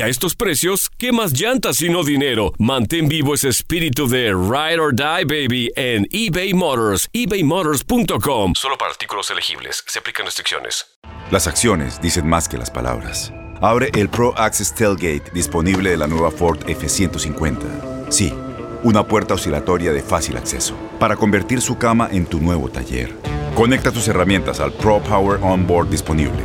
S16: a estos precios, ¿qué más llantas y no dinero? Mantén vivo ese espíritu de Ride or Die, baby, en eBay Motors. ebaymotors.com. Solo para artículos elegibles. Se aplican restricciones.
S21: Las acciones dicen más que las palabras. Abre el Pro Access Tailgate disponible de la nueva Ford F-150. Sí, una puerta oscilatoria de fácil acceso para convertir su cama en tu nuevo taller. Conecta tus herramientas al Pro Power Onboard disponible.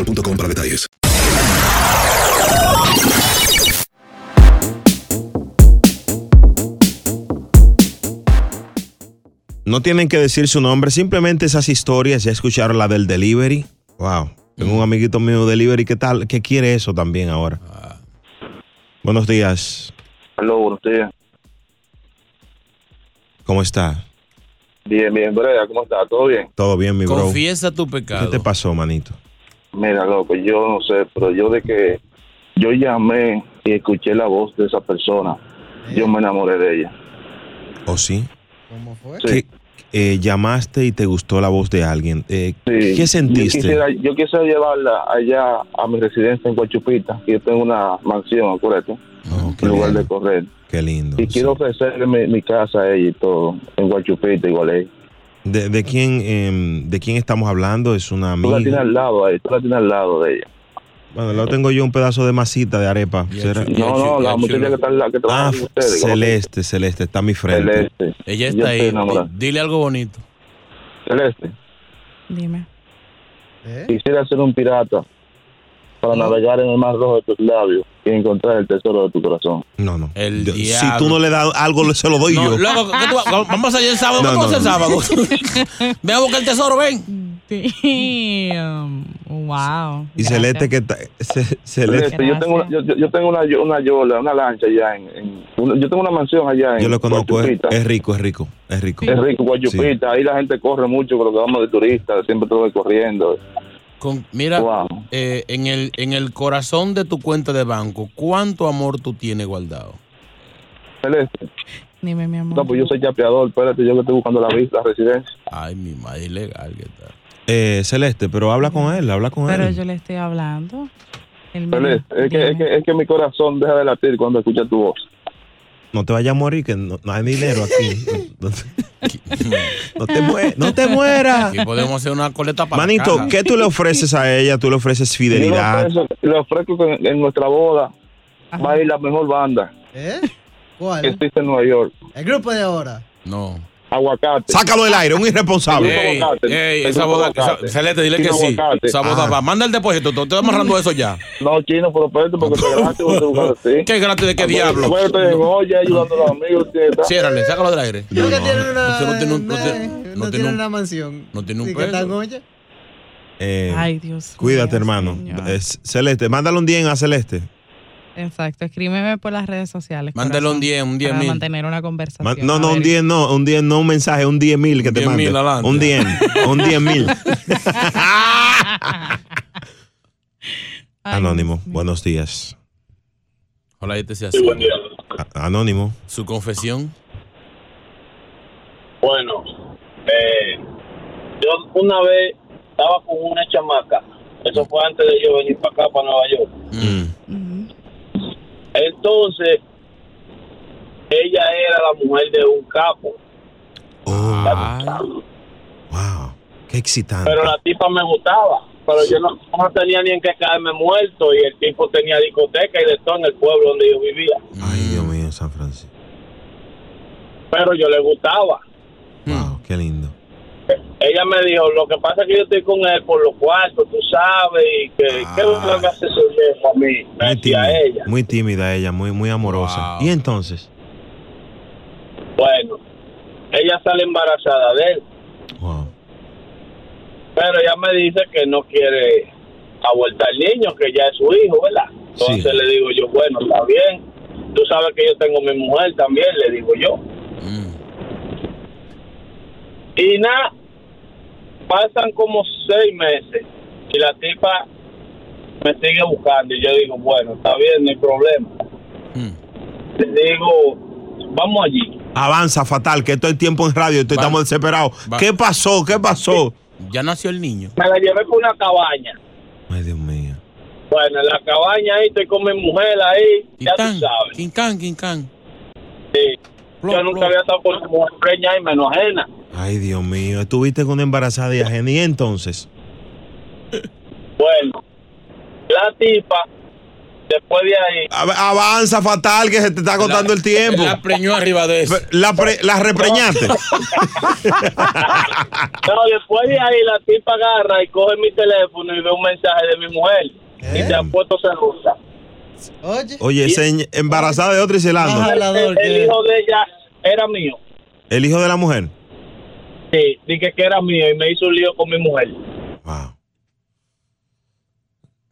S7: para detalles.
S4: No tienen que decir su nombre, simplemente esas historias. Ya escucharon la del delivery. Wow. Tengo un amiguito mío delivery, ¿qué tal? ¿Qué quiere eso también ahora? Buenos días.
S22: Aló, buenos días.
S4: ¿Cómo está?
S22: Bien, bien, Brea, ¿cómo está? ¿Todo bien?
S4: Todo bien, mi bro. ¿Qué
S22: Confiesa tu pecado.
S4: te pasó, manito?
S22: Mira, loco, yo no sé, pero yo de que yo llamé y escuché la voz de esa persona, yo me enamoré de ella.
S4: ¿O sí?
S22: Sí,
S4: Eh, llamaste y te gustó la voz de alguien. Eh,
S22: sí.
S4: ¿Qué
S22: Yo
S4: sentiste?
S22: quisiera, yo quisiera llevarla allá a mi residencia en Guachupita, que yo tengo una mansión, acuérdate, en lugar de correr.
S4: Oh, Qué lindo.
S22: Y quiero ofrecerle mi, mi casa a ella y todo, en Guachupita, igual eh. a ella.
S4: ¿De, de quién, em, ¿De quién estamos hablando? ¿Es una
S22: Tú la tienes
S4: amiga?
S22: al lado ahí, tú la tienes al lado de ella.
S4: Bueno, lo tengo yo un pedazo de masita de arepa. ¿Será?
S22: No, no, la muchacha que está al lado, que trabaja
S4: Ah,
S22: con ustedes.
S4: celeste, celeste, está a mi frente.
S22: Celeste.
S6: Ella
S22: Yo
S6: está
S22: estoy
S6: ahí.
S22: enamorado.
S6: Di- Dile algo bonito.
S22: Celeste,
S11: Dime.
S4: ¿Eh?
S22: quisiera ser un pirata para navegar en el mar rojo de tus labios y encontrar el tesoro de tu corazón.
S4: No, no.
S6: El
S4: Si tú no le das algo, se lo doy
S6: No,
S4: yo.
S6: loco, ¿qué tú vas- vamos a salir el sábado.
S4: No,
S6: vamos
S4: no,
S6: a
S4: no.
S6: hacer el sábado. Ve a buscar el tesoro, ven.
S11: Damn. Wow.
S4: Y Celeste que está. ce-
S22: Celeste,
S4: Celeste.
S22: yo tengo, una, yo, yo- yo tengo una, yo- una yola, una lancha allá en, en- una- yo tengo una mansión allá en
S4: Yo lo conozco, es,
S22: Guachupita.
S4: es rico, es rico, es rico.
S22: Es rico, Guachupita, ahí la gente corre mucho con lo que vamos de turista, siempre todo corriendo.
S6: Con, mira, eh, en, el, en el corazón de tu cuenta de banco, ¿cuánto amor tú tienes guardado?
S22: Celeste,
S11: Dime, mi amor.
S22: no, pues yo soy chapeador, espérate, yo que estoy buscando la, vi- la residencia.
S6: Ay, mi madre, ilegal que está.
S4: Eh, Celeste, pero habla con él, habla con
S11: Pero
S4: él.
S11: yo le estoy hablando. Él me-
S22: Celeste, es que, es, que, es que mi corazón deja de latir cuando escucha tu voz.
S4: No te vayas a morir, que no, no hay dinero aquí. No te, mue- no te mueras.
S6: Y podemos hacer una coleta para
S4: Manito, ¿qué tú le ofreces a ella? Tú le ofreces fidelidad.
S14: Yo le ofrezco, le ofrezco que en, en nuestra boda va a ir la mejor banda
S10: ¿Eh?
S14: que
S10: ¿Cuál?
S14: existe en Nueva York.
S10: El grupo de ahora.
S6: No.
S14: Aguacate.
S4: Sácalo del aire, un irresponsable.
S6: Ey, ey, esa boda, esa- Celeste, dile
S14: Sin
S6: que sí.
S14: aguacate.
S6: Esa boda
S14: Ah.
S6: va. Manda el depósito, te estoy amarrando eso ya.
S14: No, chino, pero espérate, porque te gratis, voy a buscar así.
S6: ¿Qué gratis de qué diablo?
S14: Acuérdate de Goya, ayudando a los amigos.
S6: Ciérrale, sácalo del aire.
S10: Creo que tienen una.
S6: usted no tiene un-
S10: no,
S6: no tiene- no tiene
S10: tienen
S6: un-
S10: una mansión.
S6: No tiene
S10: Sí,
S6: un
S10: que
S6: peso.
S10: están oye.
S4: Eh,
S11: Ay, Dios.
S4: Cuídate, hermano. Eh, Celeste, mándale un 10 a Celeste.
S11: Exacto, escríbeme por las redes sociales.
S4: Mándale
S11: corazón,
S4: un 10, un 10
S11: Para
S4: mil.
S11: mantener una conversación.
S4: Ma- no,
S11: A
S4: no,
S11: ver,
S4: un 10 no, un 10 no, un mensaje, un 10 mil que te
S6: 10.000
S4: mande.
S6: adelante.
S4: Un 10, un 10 mil. Anónimo, buenos días.
S6: Hola, este se hace.
S14: Sí, buen día.
S4: A- Anónimo.
S6: Su confesión.
S14: Bueno, eh, yo una vez estaba con una chamaca. Eso fue antes de yo venir para acá, para Nueva York. Entonces, ella era la mujer de un capo.
S4: wow, qué excitante.
S14: Pero la tipa me gustaba. Pero yo no, no tenía ni en qué caerme muerto. Y el tipo tenía discoteca y de todo en el pueblo donde yo vivía.
S4: Ay, Dios mío, San Francisco.
S14: Pero yo le gustaba.
S4: Wow, qué lindo.
S14: Ella me dijo, lo que pasa es que yo estoy con él por los cuartos, tú sabes, y que ¿qué me
S4: Ah.
S14: hace hacer su viejo a mí? Me
S4: Muy
S14: decía
S4: tímida,
S14: ella.
S4: muy tímida ella, muy, muy amorosa. ¿Y entonces?
S14: Bueno, ella sale embarazada de él. Pero ella me dice que no quiere abortar al niño, que ya es su hijo, ¿verdad? Entonces le digo yo, bueno, está bien. Tú sabes que yo tengo mi mujer también, le digo yo. Y nada, pasan como seis meses y la tipa me sigue buscando y yo digo, bueno, está bien, no hay problema. Le digo, vamos allí.
S4: Avanza, fatal, que esto es tiempo en radio, esto estamos desesperados.
S14: Va-
S4: ¿Qué pasó? ¿Qué pasó?
S6: Ya nació el niño.
S14: Me la llevé por una cabaña.
S4: Ay, Dios mío.
S14: Bueno, en la cabaña ahí estoy con mi mujer ahí. Ya tú sabes.
S6: Quincán, Quincán.
S14: Sí. Yo nunca había estado con una mujer preña y menos ajena.
S4: Ay, Dios mío, estuviste con una embarazada y ajena. ¿Y entonces?
S14: Bueno, la tipa, después de ahí.
S4: A- Avanza, fatal, que se te está agotando el tiempo. La
S6: preñó arriba de eso.
S4: La, pre- la repreñaste.
S6: Ah.
S14: No, después de ahí la tipa agarra y coge mi teléfono y ve un mensaje de mi mujer. Y se ha puesto celosa.
S10: Oye.
S4: ¿Eh? Oye, se en- embarazada de otra y se la anda.
S14: el, el hijo de ella era mío.
S4: El hijo de la mujer.
S14: Sí, dije que era mío y me hizo un lío con mi mujer.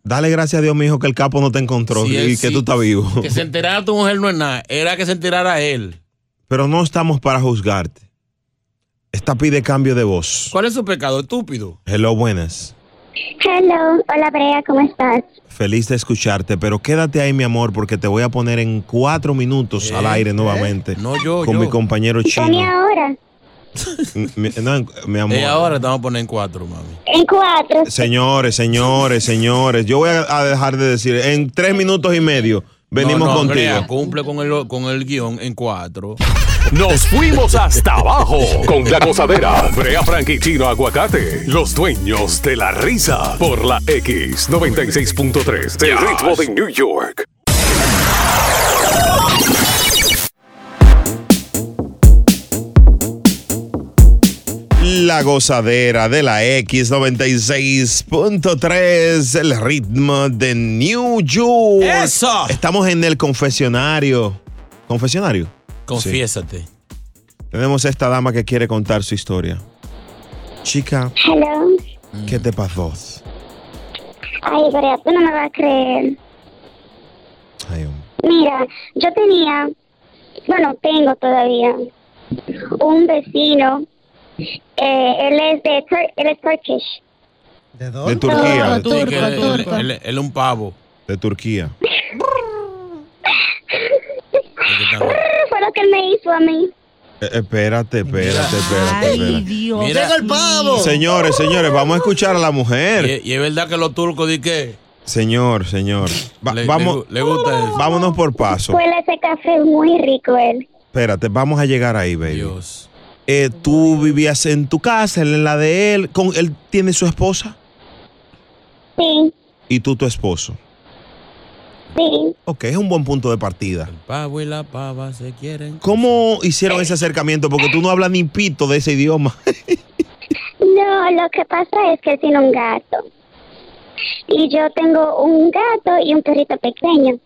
S4: Dale gracias a Dios, mijo, que el capo no te encontró
S6: Sí,
S4: y
S6: él
S4: que
S6: sí.
S4: tú estás vivo.
S6: Que se enterara tu mujer no es nada. Era que se enterara él.
S4: Pero no estamos para juzgarte. Esta pide cambio de voz.
S6: ¿Cuál es su pecado, estúpido?
S4: Hello, buenas.
S1: Hello, hola Brea, ¿cómo estás?
S4: Feliz de escucharte, pero quédate ahí, mi amor, porque te voy a poner en cuatro minutos al aire nuevamente.
S6: Eh, No, yo,
S4: Con
S6: yo.
S4: mi compañero
S1: Pone
S4: chino.
S1: ahora,
S4: Mi- no, en- mi amor.
S6: Y Eh, ahora estamos poniendo en cuatro, mami.
S1: en cuatro.
S4: Señores, señores, señores, yo voy a a dejar de decir, en tres minutos y medio venimos
S6: No, no,
S4: contigo.
S6: Andrea, cumple con el, con el guión en cuatro.
S3: Nos fuimos hasta abajo con la gozadera. Brea Frank y Chino Aguacate, los dueños de la risa. Por la X96.3, del ritmo de New York.
S4: La gozadera de la X96.3, el ritmo de New York. Estamos en el confesionario. ¿Confesionario?
S6: Confiésate.
S4: Sí. Tenemos esta dama que quiere contar su historia. Chica,
S1: Hello.
S4: ¿qué te pasó?
S1: Ay, Brea, tú no me vas a creer. Mira, yo tenía, bueno, tengo todavía un vecino. eh, él es de Tur- él es Turkish.
S4: De Turquía.
S6: Sí, que él- Él él es un pavo.
S4: De Turquía.
S1: Fue lo que él me hizo a mí.
S4: Eh, espérate, espérate, espérate. espérate.
S1: Dios.
S6: Mira.
S1: el pavo.
S4: Señores, señores, vamos a escuchar a la mujer.
S6: Y, y es verdad que los turcos di que
S4: Señor, señor. Va-
S6: le,
S4: vamos,
S6: le gu- le gusta eso.
S1: Pues-
S4: vámonos por paso.
S1: Fue ese café muy rico él.
S4: Espérate, vamos a llegar ahí, baby. eh, tú vivías en tu casa, él en la de él. Con, ¿Él tiene su esposa?
S1: Sí,
S4: ¿Y tú tu esposo?
S1: sí.
S4: Ok, es un buen punto de partida.
S6: Pavo y la pava se quieren.
S4: ¿Cómo hicieron ese acercamiento? Porque tú no hablas ni pito de ese idioma.
S1: No, lo que pasa es que él tiene un gato. Y yo tengo un gato y un perrito pequeño.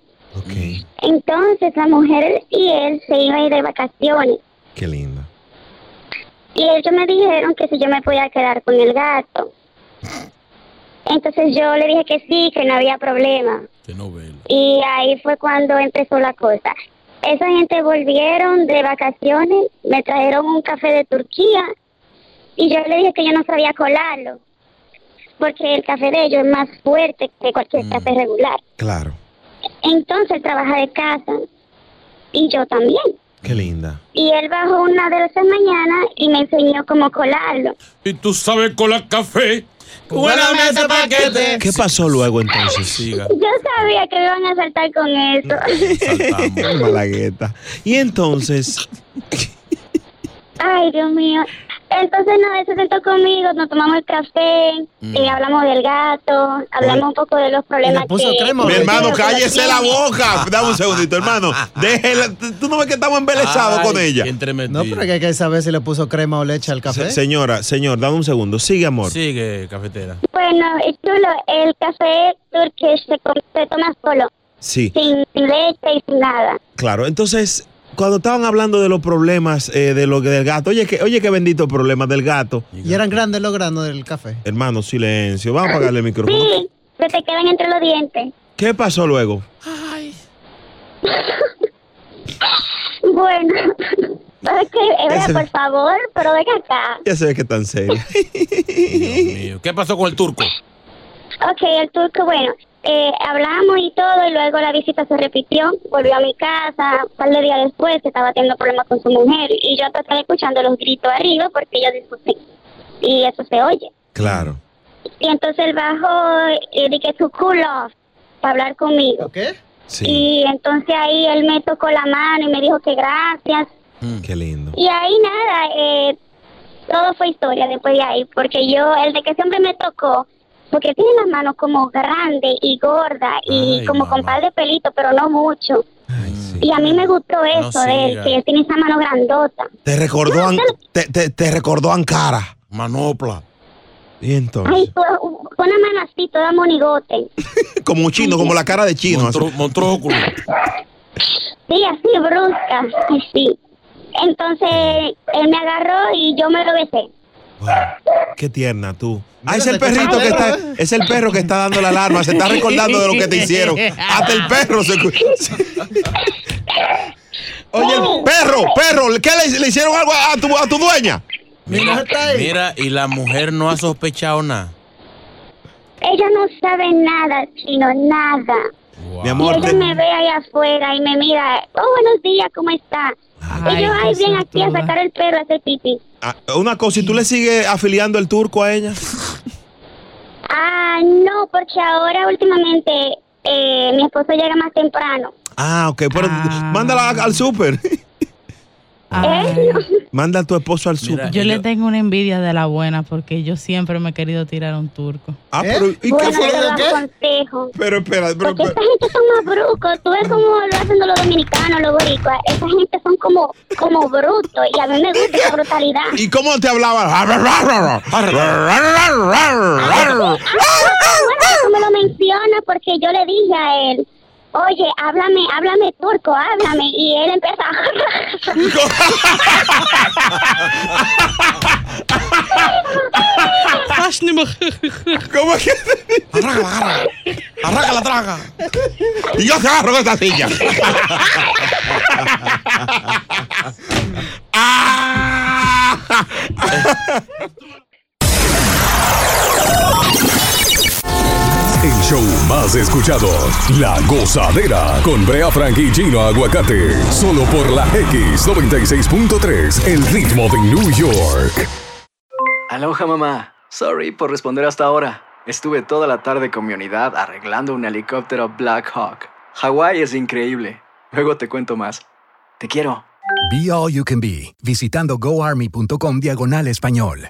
S1: Entonces la mujer y él se iban a ir de vacaciones.
S4: Qué linda.
S1: Y ellos me dijeron que si yo me podía quedar con el gato. Entonces yo le dije que sí, que no había problema. Y ahí fue cuando empezó la cosa. Esa gente volvieron de vacaciones, me trajeron un café de Turquía y yo le dije que yo no sabía colarlo, porque el café de ellos es más fuerte que cualquier café regular.
S4: Mm. Claro.
S1: Entonces él trabaja de casa y yo también.
S4: Qué linda.
S1: Y él bajó una de esas mañanas y me enseñó cómo colarlo.
S6: Y tú sabes colar café.
S1: Guárdame ese paquete.
S4: ¿Qué pasó luego entonces? Siga.
S1: Yo sabía que me iban a saltar con eso.
S4: Malagueta. Y entonces,
S1: Ay, Dios mío. Entonces, no, él se sentó conmigo, nos tomamos el café,
S4: Mm.
S1: y hablamos del gato, hablamos un poco de los problemas que...
S4: mi hermano, cállese la boca. Dame un segundito, hermano. Déjela. Tú no ves que estamos embelesados con ella.
S10: No, pero que hay que saber si le puso crema o leche al café.
S4: Se- señora, señor, dame un segundo. Sigue, amor.
S6: Sigue, cafetera.
S1: Bueno, es chulo, el café turkish se, com- se toma solo,
S4: Sí.
S1: sin leche y sin nada.
S4: Claro, entonces, cuando estaban hablando de los problemas eh, de lo que del gato, oye que, oye qué bendito problema del gato.
S10: Y eran grandes los granos del café.
S4: Hermano, silencio. Vamos a apagarle el micrófono.
S1: Sí, se te quedan entre los dientes.
S4: ¿Qué pasó luego?
S1: Bueno, es que, Ebra,
S4: Ese-
S1: por favor, pero ven acá.
S4: Ya se ve que está en serio.
S6: ¿Qué pasó con el turco?
S1: Ok, el turco, bueno, eh, hablamos y todo, y luego la visita se repitió. Volvió a mi casa, un par de días después, que estaba teniendo problemas con su mujer, y yo estaba escuchando los gritos arriba porque ellos discutían. Y eso se oye.
S4: Claro.
S1: Y entonces él bajó y dije su culo para hablar conmigo.
S10: ¿Qué?
S1: Y entonces ahí él me tocó la mano y me dijo que gracias.
S4: Mm. Qué lindo.
S1: Y ahí nada, eh, todo fue historia después de ahí, porque yo, el de que siempre me tocó, porque tiene las manos como grande y gorda y
S2: Ay,
S1: como con par de pelito, pero no mucho. Y a mí me gustó eso de él,
S4: siga.
S1: que él tiene esa mano grandota.
S4: Te recordó, an- te, te, te recordó Ankara. Manopla. Y entonces,
S1: Ay, tú, una mano así, toda monigote.
S4: como un chino, como la cara de chino. Montrúculo.
S1: Sí, así, brusca, así. Entonces, él me agarró y yo me lo besé.
S4: Qué tierna tú. Ah, es el perrito que está, es el perro que está dando la alarma, se está recordando de lo que te hicieron. Hasta el perro se. Oye, el perro, perro, ¿qué le, le hicieron algo a tu, a tu dueña?
S6: Mira, mira, y la mujer no ha sospechado nada.
S1: Ella no sabe nada, chino, nada.
S4: Mi
S1: Y
S4: amor,
S1: ella
S4: te-
S1: me ve ahí afuera y me mira, oh, buenos días, ¿cómo está? y yo, ay, bien aquí a sacar el perro a ese pipi.
S4: ah, una cosa, ¿y tú le sigues afiliando el turco a ella?
S1: Ah, no, porque ahora últimamente eh, mi esposo llega más temprano.
S4: Ah, ok, pero mándala a- al súper.
S1: Él no-
S4: Manda a tu esposo al súper.
S11: Yo le tengo una envidia de la buena porque yo siempre me he querido tirar a un turco.
S4: Ah, pero ¿y
S1: Bueno,
S4: qué fue
S1: te
S4: lo
S1: lo
S4: que?
S1: aconsejo.
S4: Pero espera, pero,
S1: Porque esta gente son más bruscos. Tú ves cómo lo hacen los dominicanos, los boricuas. Esa gente son como, como brutos. Y a mí me gusta esa brutalidad.
S4: ¿Y cómo te hablaba?
S1: Ah, tú me lo menciona porque yo le dije a él, oye, háblame, háblame turco, háblame. Y él empieza.
S4: ¿Cómo que? Arranca la traga. Y yo te agarro con esta silla.
S3: El show más escuchado, La Gozadera, con Brea Frank y Gino Aguacate, solo por la X96.3, el ritmo de New York.
S8: Aloha mamá. Sorry por responder hasta ahora. Estuve toda la tarde con mi unidad arreglando un helicóptero Black Hawk. Hawái es increíble. Luego te cuento más. Te quiero.
S2: Be All You Can Be, visitando goarmy.com diagonal español.